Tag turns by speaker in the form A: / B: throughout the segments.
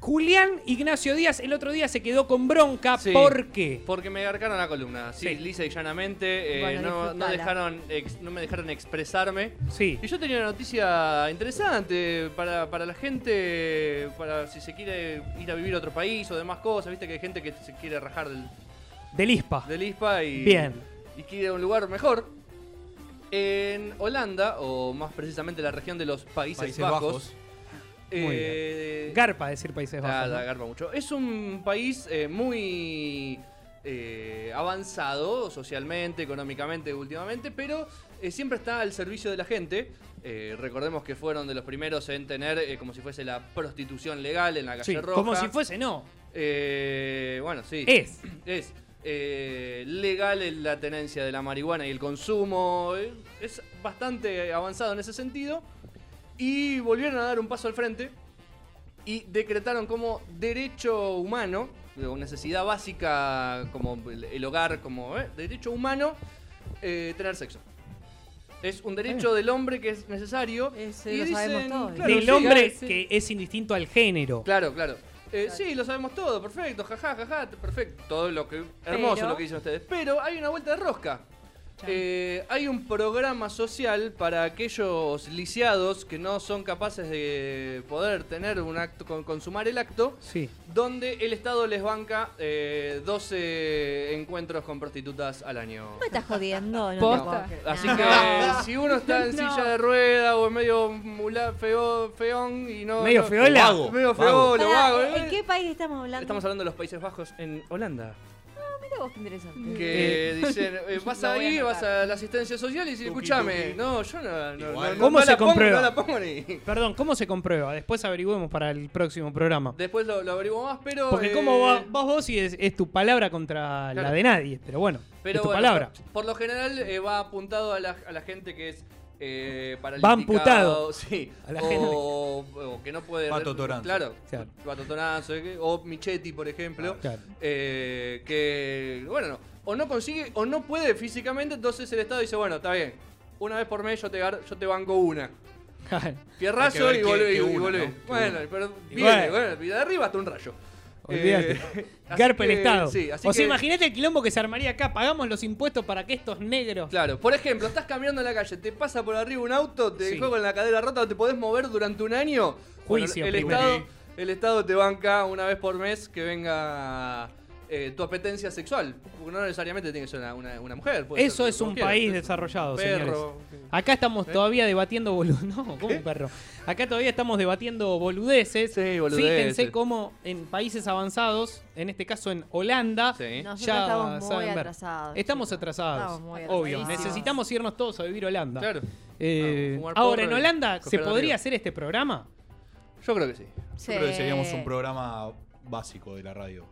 A: Julián Ignacio Díaz el otro día se quedó con bronca
B: Sí.
A: porque
B: Porque me garcaron la columna, sí,
A: Sí.
B: lisa y llanamente. eh,
C: Bueno,
B: no, no
C: disfrutala.
B: dejaron ex- no me dejaron expresarme.
A: sí,
B: Y yo tenía una noticia interesante para, para la gente, para si se quiere ir a vivir a otro país o demás cosas. Viste que hay gente que se quiere rajar del,
A: del ISPA.
B: del ISPA y,
A: Bien.
B: y quiere un lugar mejor. En Holanda, o más precisamente la región de los Países,
D: Países
B: Bajos,
D: Bajos.
A: Muy
B: eh,
A: Garpa decir Países
B: Ah,
A: Bajos. ¿no?
B: la garpa mucho. Es un país eh, muy eh, avanzado socialmente, económicamente, últimamente, pero eh, siempre está al servicio de la gente. Eh, recordemos que fueron de los primeros en tener eh, como si fuese la prostitución legal en la calle
A: Sí,
B: roja.
A: como si fuese, no,
B: Eh, bueno, sí.
A: es.
B: Es, eh, legal la tenencia de la marihuana y el consumo. eh, Es bastante avanzado en ese sentido. Y volvieron a dar un paso al frente y decretaron como derecho humano, o necesidad básica, como el el hogar, como eh, derecho humano, eh, tener sexo. Es un derecho del hombre que es necesario.
C: Eso
B: y
C: lo sabemos todos.
B: claro,
A: del
B: sí,
A: hombre
B: sí.
A: que es indistinto al género.
B: Claro, claro. Eh,
C: Claro.
B: sí, lo sabemos todo, perfecto, jaja, jaja, perfecto, todo lo que hermoso
C: Pero-
B: lo que dicen ustedes. Pero hay una vuelta de rosca.
C: Chan.
B: Eh, hay un programa social para aquellos lisiados que no son capaces de poder tener un acto, con- consumar el acto,
A: Sí.
B: donde el Estado les banca eh, 12 encuentros con prostitutas al año.
C: ¿Me estás jodiendo? No,
B: Posta.
C: puedo creer.
B: Así
C: No.
B: que si uno está en
C: No.
B: silla de rueda o en medio mula, feo, feón y no...
A: Medio
B: no-
A: feola.
D: Vago,
B: Medio
D: vago.
B: feo, lo
C: Pará,
B: vago, eh.
C: ¿En qué país estamos hablando?
B: Estamos hablando de los Países Bajos en Holanda.
C: Mira vos qué interesante.
B: Que dicen, eh, vas
C: Mm. Lo voy a
B: ahí,
C: anotar.
B: vas a la asistencia social y dicen,
D: Tuki,
B: escúchame,
D: tuki.
B: no, yo no, no,
D: Igual.
B: no-
A: ¿Cómo
B: no
A: se
B: la pongo,
A: comprueba?
B: no la pongo ni.
A: Perdón, ¿cómo se comprueba? Después averigüemos para el próximo programa.
B: Después lo, lo averiguo más, pero.
A: Porque
B: eh,
A: cómo va- vas vos y es, es tu palabra contra
B: Claro.
A: la de nadie, pero bueno,
B: Pero
A: es tu
B: bueno,
A: palabra.
B: Por, por lo general eh, va apuntado a la, a la gente que es eh, paralítica.
A: Va amputado.
B: o- Sí.
A: A la
B: o,
A: gente.
B: o que no puede.
D: Pato Toranzo.
B: Claro.
A: Claro.
B: Pato Toranzo, eh, O Michetti, por ejemplo.
A: Claro.
B: eh, que, bueno, no, o no consigue o no puede físicamente, entonces el Estado dice, bueno, está bien, una vez por mes yo te, gar- yo te banco una.
D: Hay
B: Fierrazo
D: que ver
B: y
D: qué-
B: volvé,
D: qué
B: y
D: una,
B: volvé.
D: ¿no? Qué
B: Bueno,
D: una.
B: pero
A: Y
B: viene,
A: bueno.
B: bueno, y de arriba hasta un rayo.
A: Olvídate.
B: Eh, así
A: Garpa el
B: que,
A: Estado.
B: Sí, así
A: o sea,
B: que-
A: imagínate el quilombo que se armaría acá. Pagamos los impuestos para que estos negros.
B: Claro, por ejemplo, estás caminando en la calle, te pasa por arriba un auto, te
A: Sí.
B: dejó con la cadera rota, no te podés mover durante un año. Bueno,
A: Juicio
B: el,
A: primero.
B: Estado, el Estado te banca una vez por mes que venga eh, tu apetencia sexual. Porque no necesariamente tiene que ser una, una- una mujer. puede
A: Eso
B: ser
A: es
B: como
A: un
B: quiera.
A: país
B: Es
A: desarrollado,
B: perro.
A: señores. Acá estamos
B: ¿Eh?
A: todavía debatiendo boludeces. No, ¿cómo un perro? Acá todavía estamos debatiendo boludeces.
B: Sí, boludeces.
A: Fíjense cómo en países avanzados, en este caso en Holanda,
B: Sí.
C: Nosotros
A: ya
C: estamos muy
A: saben ver.
C: atrasados.
A: Estamos
C: chicos.
A: atrasados,
C: Estamos muy
A: obvio.
C: atrasadísimos.
A: Necesitamos irnos todos a vivir a Holanda.
B: Claro.
A: Eh,
B: Ah, fumar
A: ahora,
B: porro
A: en
B: y
A: Holanda, ¿se
B: coger de
A: podría
B: arriba.
A: hacer este programa?
B: Yo creo que sí.
C: Sí.
D: Yo creo que seríamos un programa básico de la radio.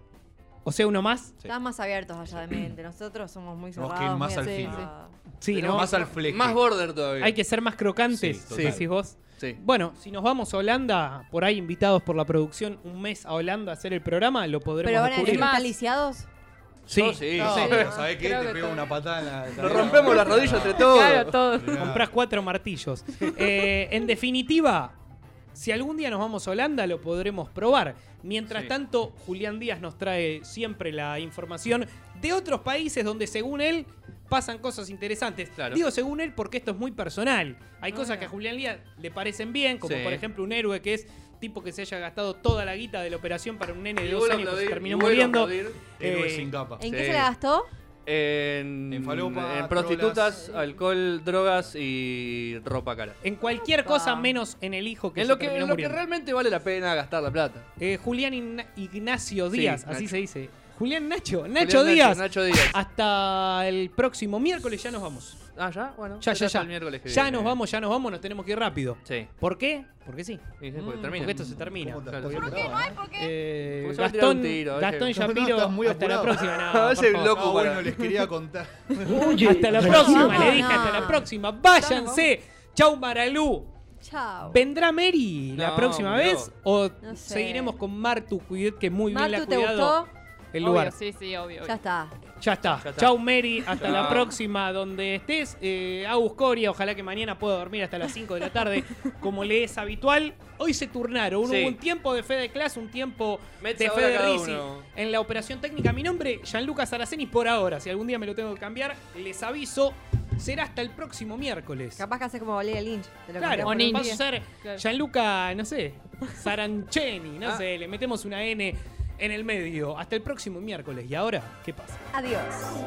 A: O sea, uno más.
D: Sí.
C: Están más abiertos allá de mente. Nosotros somos muy
D: Tenemos
C: cerrados.
D: que ir más
C: muy
D: al
C: así,
D: fin.
C: ah.
A: Sí, ¿no?
D: Más al fleje.
B: Más border todavía.
A: Hay que ser más crocantes,
D: Sí, total.
A: decís vos.
B: Sí.
A: Bueno, si nos vamos a Holanda, por ahí invitados por la producción, un mes a Holanda a hacer el programa, lo
C: Pero
A: podremos
C: van a venir
A: descubrir.
C: más aliciados.
A: Sí,
B: Yo sí.
D: No,
B: sí.
D: pero ¿sabés qué?
E: creo
D: Te
E: que
D: pego
E: todo.
D: una patada en la.
B: Nos rompemos las rodillas entre todos.
E: Claro, todo.
D: Mirá.
A: comprás cuatro martillos. Eh, en definitiva, si algún día nos vamos a Holanda, lo podremos probar. Mientras
B: Sí.
A: tanto, Julián Díaz nos trae siempre la información de otros países donde, según él, pasan cosas interesantes.
B: Claro.
A: Digo según él porque esto es muy personal. Hay cosas
C: Bueno.
A: que a Julián Díaz le parecen bien, como
B: Sí.
A: por ejemplo un héroe que es tipo que se haya gastado toda la guita de la operación para un nene de
B: Y
A: dos
B: vuelvo a
A: años que se
B: aplaudir,
A: terminó
B: y vuelvo a
A: muriendo.
B: aplaudir.
D: Héroe
A: Eh,
D: sin capa.
B: Sí.
C: ¿En qué se la gastó?
B: En,
D: En falopa,
B: en prostitutas,
D: trolas.
B: alcohol, drogas y ropa cara.
A: En cualquier
C: Opa.
A: cosa menos en el hijo que
B: en
A: se
B: Ah. lo que,
A: terminó
B: en lo que
A: muriendo.
B: realmente vale la pena gastar la plata.
A: Eh, Julián Igna- Ignacio
B: Sí,
A: Díaz,
B: Nacho.
A: así se dice. Julián Nacho, Nacho
B: Julián
A: Díaz.
B: Nacho Díaz.
A: Hasta el próximo miércoles ya nos vamos.
B: Ah, ya, bueno.
A: Ya, ya,
B: hasta
A: ya.
B: el miércoles que
A: Ya
B: viene.
A: nos vamos, ya nos vamos, nos tenemos que ir rápido.
B: Sí.
A: ¿Por qué? Porque sí.
B: Y después
A: Mm,
B: termina.
A: Porque esto se termina.
D: ¿Cómo te
B: Claro.
D: estoy
B: ¿Por
D: apurado, eh?
A: Eh,
B: Porque se va a tirar un
A: Gastón,
B: tiro, oye.
A: Gastón
D: No, no,
A: Shapiro,
D: estás muy
A: hasta la
D: apurado.
A: próxima. no,
B: A veces
A: por favor.
B: loco
D: Ah,
B: para-
D: bueno, les quería contar.
A: Hasta la próxima,
C: no,
A: le dije,
C: no.
A: hasta la próxima. Váyanse. Chau, Maralú.
C: Chao.
A: ¿Vendrá Mary la
B: No,
A: próxima
B: no.
A: vez? ¿O
C: No sé.
A: seguiremos con Martu Cuidet, que muy bien la ha
C: Martu, ¿te
A: cuidado?
C: gustó?
A: el
E: Obvio,
A: lugar.
E: sí, sí, obvio.
C: Ya
E: obvio.
C: está.
A: Ya está.
B: Ya está.
A: Chau, Meri. Hasta
B: Chau.
A: la próxima, donde estés. Eh, Agus Coria, ojalá que mañana pueda dormir hasta las 5 de la tarde, como le es habitual. Hoy se turnaron. Hubo
B: Sí.
A: un tiempo de Fede Class, un tiempo
B: Mets
A: de
B: ahora
A: Fede
B: cada
A: Rizzi.
B: uno.
A: En la operación técnica, mi nombre, Gianluca Saraceni, por ahora. Si algún día me lo tengo que cambiar, les aviso. Será hasta el próximo miércoles.
C: Capaz que haces como Valeria Lynch. Te lo
A: Claro,
C: cambiamos
A: porque
E: Bonini.
A: vas a ser
E: Claro.
A: Gianluca, no sé, Saranceni, no
B: Ah.
A: sé, le metemos una N en el medio. Hasta el próximo miércoles. ¿Y ahora qué pasa?
C: por- Adiós.